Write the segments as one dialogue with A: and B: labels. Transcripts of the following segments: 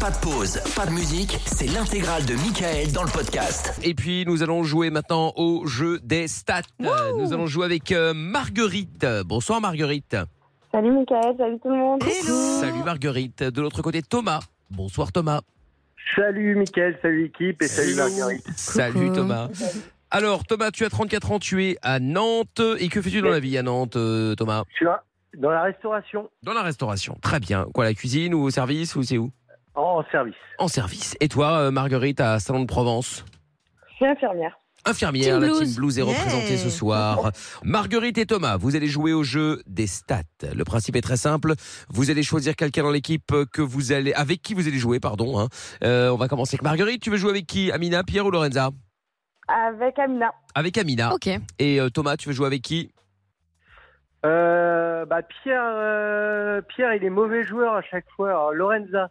A: Pas de pause, pas de musique, c'est l'intégrale de Michael dans le podcast.
B: Et puis nous allons jouer maintenant au jeu des stats. Euh, Nous allons jouer avec euh, Marguerite. Bonsoir Marguerite.
C: Salut Mickaël, salut tout le monde.
B: Salut Marguerite. De l'autre côté Thomas. Bonsoir Thomas.
D: Salut Mickaël, salut l'équipe et salut Marguerite.
B: Salut Thomas. Alors Thomas, tu as 34 ans, tu es à Nantes. Et que fais-tu dans la vie à Nantes euh, Thomas
D: Je suis là dans la restauration
B: Dans la restauration. Très bien. Quoi, la cuisine ou au service ou c'est où
D: en service.
B: En service. Et toi euh, Marguerite à Salon de Provence
C: Je suis infirmière.
B: Infirmière,
E: Team
B: la
E: Blues.
B: team blues est
E: Yeah.
B: représentée ce soir. Marguerite et Thomas, vous allez jouer au jeu des stats. Le principe est très simple. Vous allez choisir quelqu'un dans l'équipe que vous allez, avec qui vous allez jouer, pardon. hein. Euh, on va commencer avec Marguerite. Tu veux jouer avec qui Amina, Pierre ou Lorenza
C: Avec Amina.
B: Avec Amina.
E: Ok.
B: Et euh, Thomas, tu veux jouer avec qui
D: Euh, bah Pierre, euh, Pierre, il est mauvais joueur à chaque fois. Alors, Lorenza,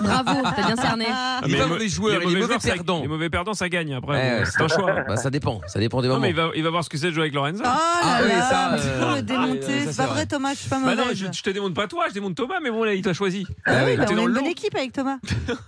E: Bravo, t'as bien cerné.
B: Ah, Il
F: mais
B: est pas
F: mo-
B: mauvais joueur, il est mauvais
F: joueur, ça-
B: perdant.
F: Les mauvais perdants, ça gagne après.
B: Ouais,
F: bon,
B: ouais.
F: c'est un choix.
B: Bah, Ça dépend. Ça dépend des
F: Non,
B: moments.
F: mais il va, il va voir ce que c'est de jouer avec Lorenza.
G: Oh là
B: oui,
G: là,
B: ça,
G: mais tu peux
B: euh,
G: le
B: ah oui,
G: démonter.
B: ça,
G: C'est
B: c'est
G: pas
B: vrai.
G: vrai, Thomas, je suis pas
F: Bah
G: mauvaise.
F: non, je, je te démonte pas toi, je démonte Thomas, mais bon, là, il t'a choisi.
B: Ah oui,
G: Bah,
F: t'es
G: on
F: dans
G: est
F: le
G: une
F: lot.
G: bonne équipe avec Thomas.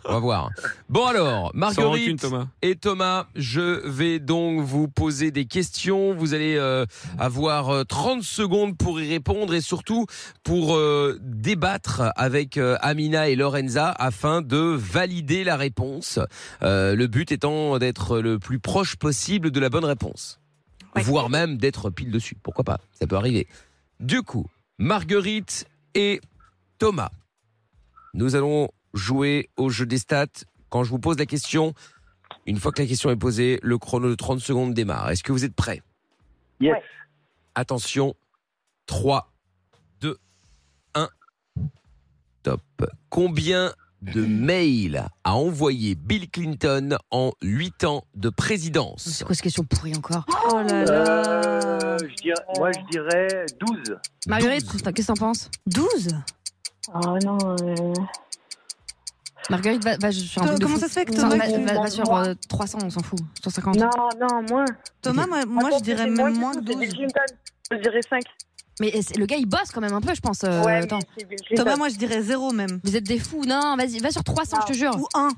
B: On va voir. Bon alors,
F: Sans rancune,
B: Marguerite,
F: Thomas.
B: Et Thomas, je vais donc vous poser des questions. Vous allez euh, avoir euh, 30 secondes pour y répondre et surtout pour euh, débattre avec euh, Amina et Lorenza afin de valider la réponse. Euh, le but étant d'être le plus proche possible de la bonne réponse.
G: Ouais.
B: Voire même d'être pile dessus. Pourquoi pas Ça peut arriver. Du coup, Marguerite et Thomas, nous allons jouer au jeu des stats. Quand je vous pose la question, une fois que la question est posée, le chrono de 30 secondes démarre. Est-ce que vous êtes prêts
D: yes.
C: Ouais.
B: Attention, 3, 2, 1, top. Combien de mails a envoyé Bill Clinton en 8 ans de présidence
E: C'est quoi cette question pourrie encore
G: Oh là
D: Euh,
G: là.
D: je dirais, moi je dirais 12.
E: Marguerite, t'en- qu'est-ce que t'en penses
G: 12
C: Oh non. euh,
E: Marguerite, va, va je fais un
G: Toi,
E: truc de
G: comment
E: fou.
G: ça se fait que
E: Enfin,
G: Thomas,
E: va,
G: tu-
E: va- va sur euh, 300, on s'en fout. 150.
C: Non, non, moins.
G: Thomas, moi, moi, je dirais même moins que 12.
C: Je dirais 5.
E: Mais euh, c'est- le gars, il bosse quand même un peu, je pense. euh,
C: ouais,
E: attends.
G: Thomas, moi, je dirais 0 même.
E: Vous êtes des fous. Non, vas-y, va sur 300, je te jure.
G: Ou 1.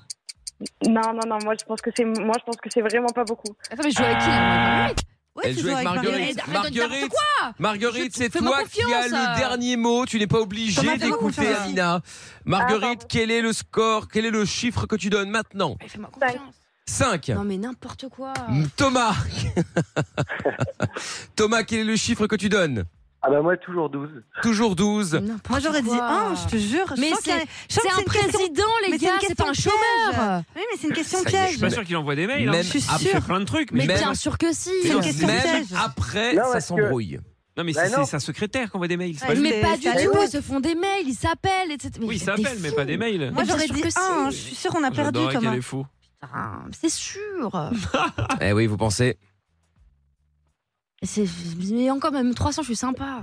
C: Non, non, non, moi je pense que c'est moi je pense que c'est vraiment pas beaucoup.
E: Attends, mais je joue avec qui hein, là Marguerite
G: Ouais,
B: Elle
G: tu
B: joue
G: joues
B: avec Marguerite.
E: Arrête de dire
B: Marguerite,
E: n'importe
B: Marguerite,
E: Je-
B: c'est
E: fais-moi
B: toi qui as
E: confiance, euh.
B: le dernier mot. Tu n'es pas obligée
G: Thomas, fais-moi
B: d'écouter
G: confiance.
B: Amina.
C: Ah,
B: Marguerite,
C: pardon.
B: quel est le score Quel est le chiffre que tu donnes maintenant
E: Mais Fais-moi confiance.
B: 5.
E: Non, mais n'importe quoi.
B: Thomas Thomas, quel est le chiffre que tu donnes
D: Ah bah moi toujours 12.
B: Toujours 12.
E: N'importe
G: Moi, j'aurais dit
E: quoi.
G: 1, je te jure. Je
E: Mais
G: sens qu'il y a-
E: c'est-
G: je sens
E: C'est
G: que
E: un
G: une question-
E: président,
G: mais
E: les
G: c'est
E: gars,
G: une
E: c'est
G: question
E: pas un
G: piège.
E: chômeur.
G: Oui, mais c'est une question
B: Ça y est,
G: piège.
F: Je suis pas sûr qu'il envoie des mails. hein.
B: Même
G: Je suis
B: après-
G: sûre.
F: Il fait plein de trucs, mais,
E: Mais
B: Même-
E: bien sûr que si.
G: C'est une question
B: Même
G: piège.
B: après,
D: Non,
B: ça
D: parce que-
B: s'embrouille.
F: non, mais
D: Bah
F: c'est
D: non.
F: c'est sa secrétaire qui envoie des mails. c'est
G: Ouais,
F: pas lui.
E: Mais
G: Mais
E: pas
G: ça
E: du tout,
G: dépend.
E: ils se font des mails, ils s'appellent, etc. Bah Mais
F: Oui, il
E: vous êtes
F: s'appelle, mais
E: fous.
F: pas des mails.
G: Moi,
E: Bien
G: j'aurais
E: sûr
G: dit
E: que si.
G: 1. Je suis sûr, on a perdu,
F: J'adorerais qu'elle
G: Thomas.
F: est faux.
E: Putain, C'est sûr.
B: Eh oui, vous pensez.
E: C'est- Mais encore, même 300, je suis sympa.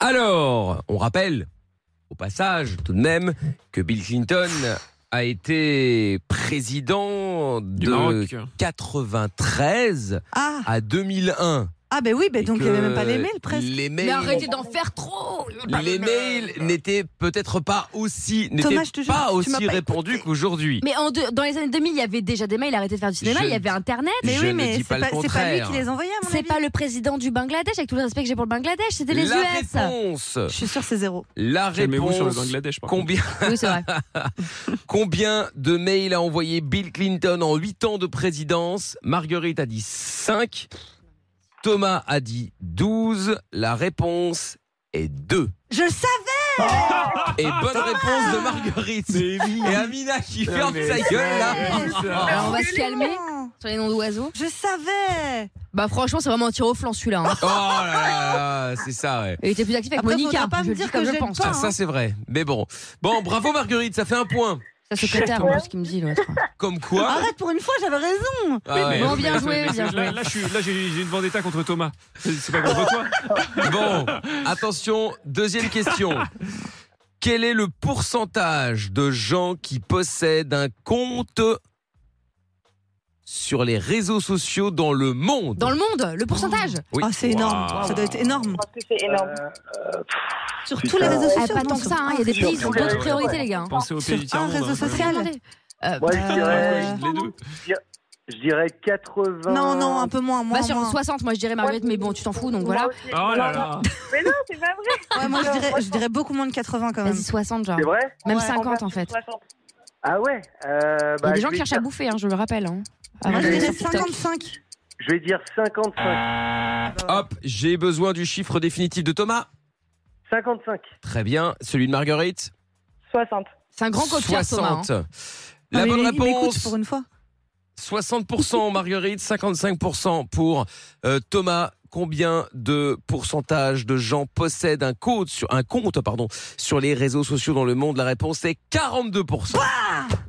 B: Alors, on rappelle, au passage, tout de même, que Bill Clinton a été président
F: Du
B: de
F: Maroc.
B: 93
G: Ah,
B: à 2001.
G: ah, ben oui, ben donc
B: Et
G: il n'y avait
B: que
G: même pas les mails presque.
B: Les
E: Mais, arrêtez
B: mails,
E: d'en euh, faire trop.
B: les mails n'étaient peut-être pas aussi, n'étaient
G: Thomas, je te jure,
B: pas
G: tu m'as
B: aussi
G: pas
B: répandus
G: écouté.
B: qu'aujourd'hui.
E: Mais en deux- dans les années 2000, il y avait déjà des mails, arrêtez de faire du cinéma,
B: Je
E: il y
B: ne-
E: avait Internet.
G: Mais
B: Je
G: oui,
B: ne
G: mais
B: dis
G: c'est
B: pas le
G: pas, c'est pas lui
B: contraire.
G: qui les envoyait, à mon
E: C'est
G: avis.
E: pas le président du Bangladesh, avec tout le respect que j'ai pour le Bangladesh, c'était les
B: la
E: US.
B: réponse,
G: Je suis sûr, c'est 0.
B: la
F: Calmez-vous sur le
B: réponse.
F: Bangladesh, par contre.
B: Combien,
E: Oui, c'est vrai.
B: combien de mails a envoyé Bill Clinton en 8 ans de présidence Marguerite a dit 5. Thomas a dit 12. La réponse est 2.
G: Je le savais
E: Ah.
B: Et bonne
F: Ah,
B: réponse de Marguerite. Et Amina qui
F: Non,
B: ferme
F: mais-
B: sa gueule là.
E: Alors, on va se calmer
G: Non,
E: sur les noms d'oiseaux.
G: Je savais
E: Bah, franchement, c'est vraiment un tir au flanc celui-là. hein.
B: Oh là là, là, c'est ça, ouais.
E: Il était plus actif avec
G: Après,
E: Monica.
G: faudra pas
E: je
G: me
E: le dis
G: dire
E: comme
G: que
E: je
G: j'ai le
E: pense.
G: temps.
B: Ça, ça, c'est vrai. Mais bon. Bon, bravo Marguerite, ça fait un point.
E: Ça, c'est secrétaire, moi, ce qu'il me dit, l'autre.
B: Comme quoi.
G: hein. Arrête, pour une fois, j'avais raison
B: Ah
F: Oui, mais-
B: ouais.
E: Bon, bien
F: mais-
E: joué,
F: mais-
E: bien
F: là-
E: joué.
F: Là, je suis- là, j'ai j'ai une vendetta contre Thomas. C'est- C'est pas contre toi.
B: Bon, attention, deuxième question. Quel est le pourcentage de gens qui possèdent un compte sur les réseaux sociaux dans le monde
E: Dans le monde, le pourcentage
B: Oui.
G: Ah, c'est énorme.
F: Waouh.
G: Ça doit être
E: Hmm.
G: énorme.
C: Je pense que c'est
D: Euh,
C: énorme.
E: Euh,
G: Sur
D: Putain.
G: tous les réseaux
E: Eh,
G: sociaux.
E: Pas
G: non,
E: tant que
G: sur
E: ça, hein, il y a
G: un.
E: des pays qui ont
D: Ouais,
E: d'autres
D: ouais,
E: priorités,
D: ouais.
E: les gars. hein.
F: Pensez au
G: Sur
F: pays
G: un réseau social.
E: Attendez. Euh,
D: Moi,
E: bah,
D: je dirais,
F: hein. Les deux. Oh
D: je dirais 80.
G: Non, non, un peu moins. moins,
E: bah, sur
G: moins.
E: 60, moi je dirais Marguerite, mais bon, tu t'en fous, donc voilà.
C: Moi aussi.
F: Oh là là.
C: Mais non, c'est pas vrai.
G: Ouais, moi, je dirais, je dirais beaucoup moins de 80 quand même.
E: Vas-y, 60, genre.
D: C'est vrai
E: Même
G: Ouais.
E: 50, en fait.
C: 60.
D: Ah ouais euh,
E: Il y
D: bah,
E: a des
D: je
E: gens qui
D: vais
E: cherchent
D: dire-
E: à bouffer, hein, je le rappelle. hein.
G: Ah, Moi, je
E: Avant de
G: dirais
E: sur TikTok.
G: 55.
D: Je vais dire
F: Ah.
D: 55.
B: Ah, bah, Hop, j'ai besoin du chiffre définitif de Thomas.
D: 55.
B: Très bien, celui de Marguerite.
C: 60.
E: C'est un grand copieur, Thomas. hein.
B: 60. La
G: Non, Ah, mais
B: bonne
G: il- il m'écoute
B: réponse,
G: pour une fois.
B: 60% Marguerite, 55% pour euh, Thomas. Combien de pourcentage de gens possèdent un compte sur un compte pardon sur les réseaux sociaux dans le monde La réponse est 42%.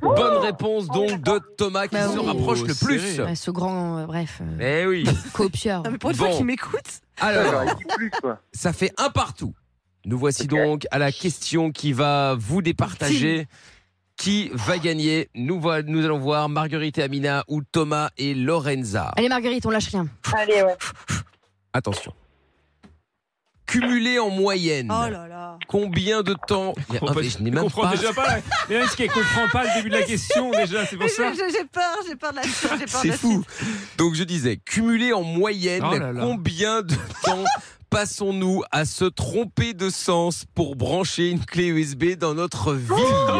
B: Bonne réponse donc de Thomas qui
E: Bah
B: se
E: oui.
B: rapproche le plus.
E: Ouais, ce grand, euh, bref, euh,
B: Eh oui.
E: copieur.
G: Non, mais pour une fois
B: Bon.
G: qu'il m'écoute.
B: Alors,
D: J'aurais dit plus, quoi.
B: ça fait un partout. Nous voici
D: Ok.
B: donc à la question qui va vous départager. Qui va gagner nous, vo- nous allons voir Marguerite et Amina ou Thomas et Lorenza.
E: Allez, Marguerite, on lâche rien.
C: Allez, ouais.
B: Attention. Cumulé en moyenne,
G: Oh là là.
B: combien de temps Il y a un- Ah, mais Je n'ai même
F: comprends
B: pas.
F: déjà pas. Mais est-ce qu'elle comprend pas le début de la question déjà C'est pour
G: Mais
F: ça.
G: je- je- J'ai peur, j'ai peur de la suite. j'ai peur de
B: C'est
G: la
B: fou.
G: suite.
B: Donc je disais, cumulé en moyenne,
F: Oh là là.
B: combien de temps passons-nous à se tromper de sens pour brancher une clé USB dans notre vie
G: Oh,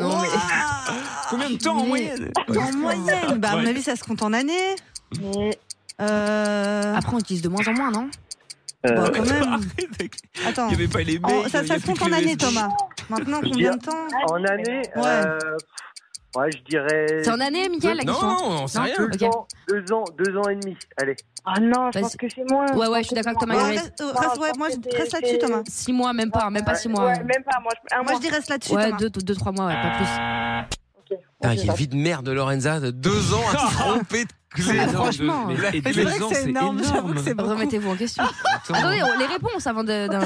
E: Non, mais-
G: Ah,
F: Combien de temps en
E: Mais-
F: moyenne
G: En moyenne, bah, à mon
F: Ouais.
G: avis, ça se compte en années.
C: Mais
G: Euh...
E: Après, on utilise de moins en moins, non
G: Bon,
D: Euh,
G: quand même. Attends.
F: Il n'y avait pas les
G: En-
F: mails.
G: Oh, ça,
F: il y
G: ça
F: avait
G: se compte
F: plus
G: en
F: que les
G: années, Thomas. Maintenant,
D: Je
G: combien de temps
F: Ah,
D: en année,
G: Ouais.
D: euh, pff, ouais, je dirais.
E: C'est en année, Mickaël, la
B: Non,
E: question hein
B: on sait
E: Non.
B: rien.
D: deux,
E: Ok.
D: ans, deux ans, deux ans et demi. Allez.
C: Ah non, je
E: Vas-y.
C: pense que c'est moins.
E: Ouais, ouais, je suis d'accord avec Thomas.
G: Ouais,
E: Marguerite.
G: reste, euh, reste- ouais, moi, je reste là-dessus, Thomas.
E: 6 mois, même pas, même pas 6 mois.
C: Ouais, même pas. Moi, je... un
G: Moi, je
C: mois.
G: dis reste là-dessus,
E: Ouais,
G: Thomas.
E: 2-3 mois, ouais, pas plus. Ah,
B: Putain, quelle vie de merde, Lorenza. de Deux ans à se tromper de clé.
E: Ah,
F: deux-
E: franchement.
F: mais là, et
G: Mais
F: deux
G: C'est vrai
F: ans,
G: que c'est énorme, j'avoue que c'est beaucoup.
E: Remettez-vous en question.
F: Attends.
E: Ah, Attendez, on- les réponses avant de. d'un-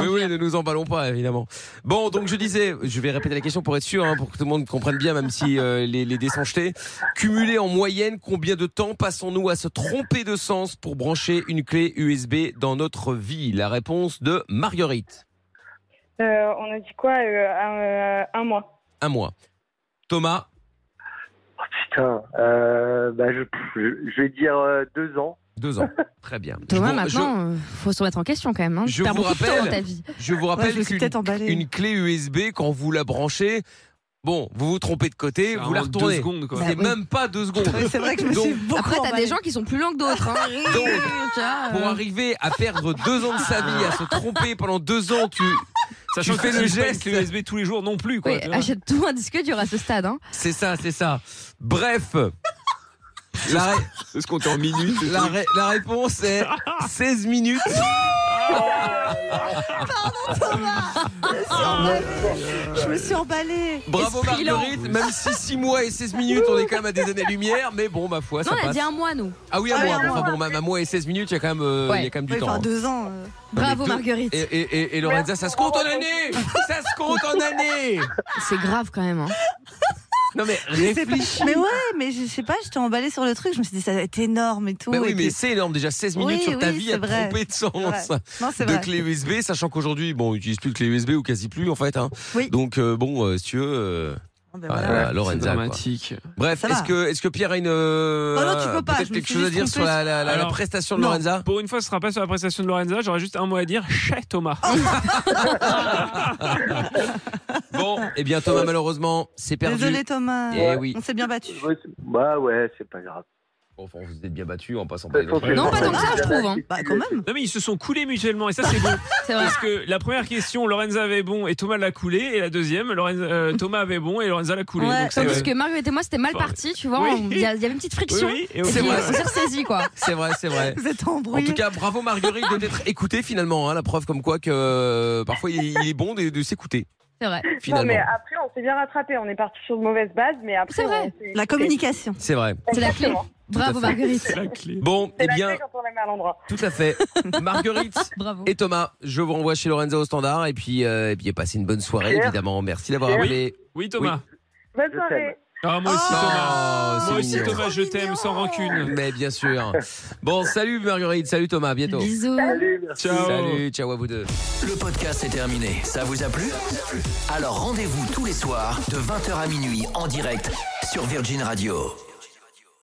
B: Oui, oui, ne nous emballons pas, évidemment. Bon, donc je disais, je vais répéter la question pour être sûr, hein, pour que tout le monde comprenne bien, même si euh, les, les dés sont jetés. Cumulé en moyenne, combien de temps passons-nous à se tromper de sens pour brancher une clé USB dans notre vie La réponse de Marguerite.
C: Euh, on a dit quoi euh, un, euh, un mois.
B: Un mois. Thomas,
D: Oh, putain. Euh, bah, je, pff, je, je vais dire euh, deux ans.
B: deux ans. Très bien.
E: Thomas,
B: Je vous- je-
E: maintenant, euh, faut se remettre en question quand même. Hein.
B: Je
E: tu perds
B: vous
E: beaucoup de temps
B: rappelle-
E: dans ta vie.
B: Je vous
G: Ouais,
B: rappelle
G: je me suis
B: qu'une
G: peut-être emballée.
B: une clé USB, quand vous la branchez, bon, vous vous trompez de côté, vous la
F: En deux
B: retournez.
F: secondes, quoi.
G: Ah
B: C'est même pas deux secondes.
G: Ouais, c'est vrai que je me
B: Donc,
G: suis beaucoup
E: Après, t'as des
G: emballée.
E: gens qui sont plus lents que d'autres. Hein. Tu vois, euh,
G: Ah.
B: Pour arriver à perdre deux ans de sa vie, à se tromper pendant deux ans, tu...
F: Sachant
B: Tu
F: que
B: fais le
F: le
B: geste.
F: geste clé USB tous les jours non plus, quoi.
E: oui, ah,
F: tu vois.
E: achète tout un disque dur à ce stade. Hein.
B: c'est ça, c'est ça. Bref, la, ré-
F: Est-ce qu'on est en minutes
B: la ré- la réponse est 16 minutes.
G: Je me suis emballée.
B: Bravo
E: Esprit lent.
B: Marguerite, même si 6 mois et 16 minutes, on est quand même à des années-lumière, mais bon, ma foi,
E: Non,
B: ça
E: on a
B: passe.
E: dit un mois, nous.
B: Ah oui, un
G: Ah oui,
B: mois.
G: un
B: Enfin bon, même un mois et 16 minutes, il y a quand même, euh,
E: Ouais.
B: il y a quand même du
G: Ouais,
B: temps.
G: enfin,
B: hein.
G: deux ans. euh.
E: Bravo,
B: deux-
E: Marguerite.
B: Et, et- et- et Lorenza, ça se compte en années Ça se compte en années
E: C'est grave quand même. Hein.
B: Non mais
G: Je sais pas.
B: réfléchis
G: Mais ouais, mais je sais pas, j'étais emballée sur le truc. Je me suis dit, ça va être énorme et tout.
B: Bah oui,
G: et
B: mais
G: puis-
B: c'est énorme déjà, 16 minutes
G: Oui,
B: sur ta
G: oui,
B: vie
G: c'est
B: à te
G: vrai.
B: tromper de sens.
G: Ouais. Non, c'est
B: de
G: vrai.
B: clé USB, sachant qu'aujourd'hui, bon, on n'utilise plus de clé USB ou quasi plus en fait. Hein.
G: Oui.
B: Donc euh, bon, euh, si tu veux, euh,
G: Ah, bah,
B: voilà,
G: voilà.
F: C'est
B: Lorenza. quoi.
F: dramatique.
B: Bref,
G: Ça
B: est-ce
G: va.
B: que, est-ce que Pierre a une euh,
G: Oh non, tu peux pas,
B: peut-être
G: je me
B: quelque
G: suis
B: chose à
G: juste
B: dire sur
G: trompée.
B: la, la- la- la
F: Alors,
B: prestation de
F: Non,
B: Lorenza
F: Pour une fois, ce sera pas sur la prestation de Lorenza. J'aurais juste un mot à dire. Chez Thomas.
B: Bon, eh bien Thomas, malheureusement, c'est perdu.
G: Désolé, Thomas.
B: Eh oui.
G: On s'est bien battu.
D: Ouais, c'est- Bah ouais, c'est pas grave.
B: Enfin, vous êtes bien battu en passant
D: par les autres.
E: Non, pas tant que ça, je trouve. hein.
G: Bah, quand même.
F: Non mais ils se sont coulés mutuellement et ça c'est beau
E: C'est vrai.
F: parce que la première question Lorenza avait bon et Thomas l'a coulé et la deuxième Lorenza- euh, Thomas avait bon et Lorenza l'a coulé.
G: Ouais.
F: Donc ça,
E: Tandis
F: ouais.
E: que Marguerite et moi, c'était mal
F: Enfin,
E: parti, tu vois.
F: oui.
E: on- Il y, a- il y avait une petite
F: Oui,
E: friction.
F: oui, et
E: Et
F: au
B: C'est
E: puis,
B: vrai.
F: final,
E: on s'est ressaisis, quoi.
B: C'est vrai, c'est vrai.
G: Vous êtes
B: En
G: embrouillés.
B: tout cas, bravo Marguerite de t'être écoutée finalement. hein, la preuve comme quoi que euh, parfois il, il est bon de, de s'écouter
E: C'est vrai.
B: finalement.
C: Non, mais euh, après, on s'est bien rattrapé. On est parti sur de mauvaises bases, mais après.
E: C'est vrai.
C: on s'est-
G: La communication.
B: C'est vrai.
E: C'est la clé.
C: Exactement.
E: Bravo,
B: fait.
E: Marguerite.
F: c'est la clé.
B: Bon,
C: C'est
B: eh
C: la
B: bien,
C: clé quand on est mal à l'endroit.
B: tout à fait. Marguerite,
E: Bravo.
B: Et Thomas, je vous renvoie chez Lorenzo au standard et puis, euh, et puis passez une bonne soirée
D: Pierre.
B: évidemment. Merci d'avoir
D: Pierre.
B: appelé.
F: Oui Thomas.
C: Bonne
D: Je
C: soirée.
F: Oh, Ah, moi aussi,
G: Oh,
F: Thomas.
B: c'est
F: Moi aussi,
B: mignon.
F: Thomas, je
G: Trop
F: t'aime
G: mignon.
F: sans rancune.
B: Mais bien sûr. Bon, salut Marguerite, salut Thomas, à bientôt.
E: Bisous.
D: Salut, merci.
F: Ciao.
B: Salut, ciao à vous deux.
A: Le podcast est terminé. Ça vous a plu Alors rendez-vous tous les soirs de 20h à minuit en direct sur Virgin Radio.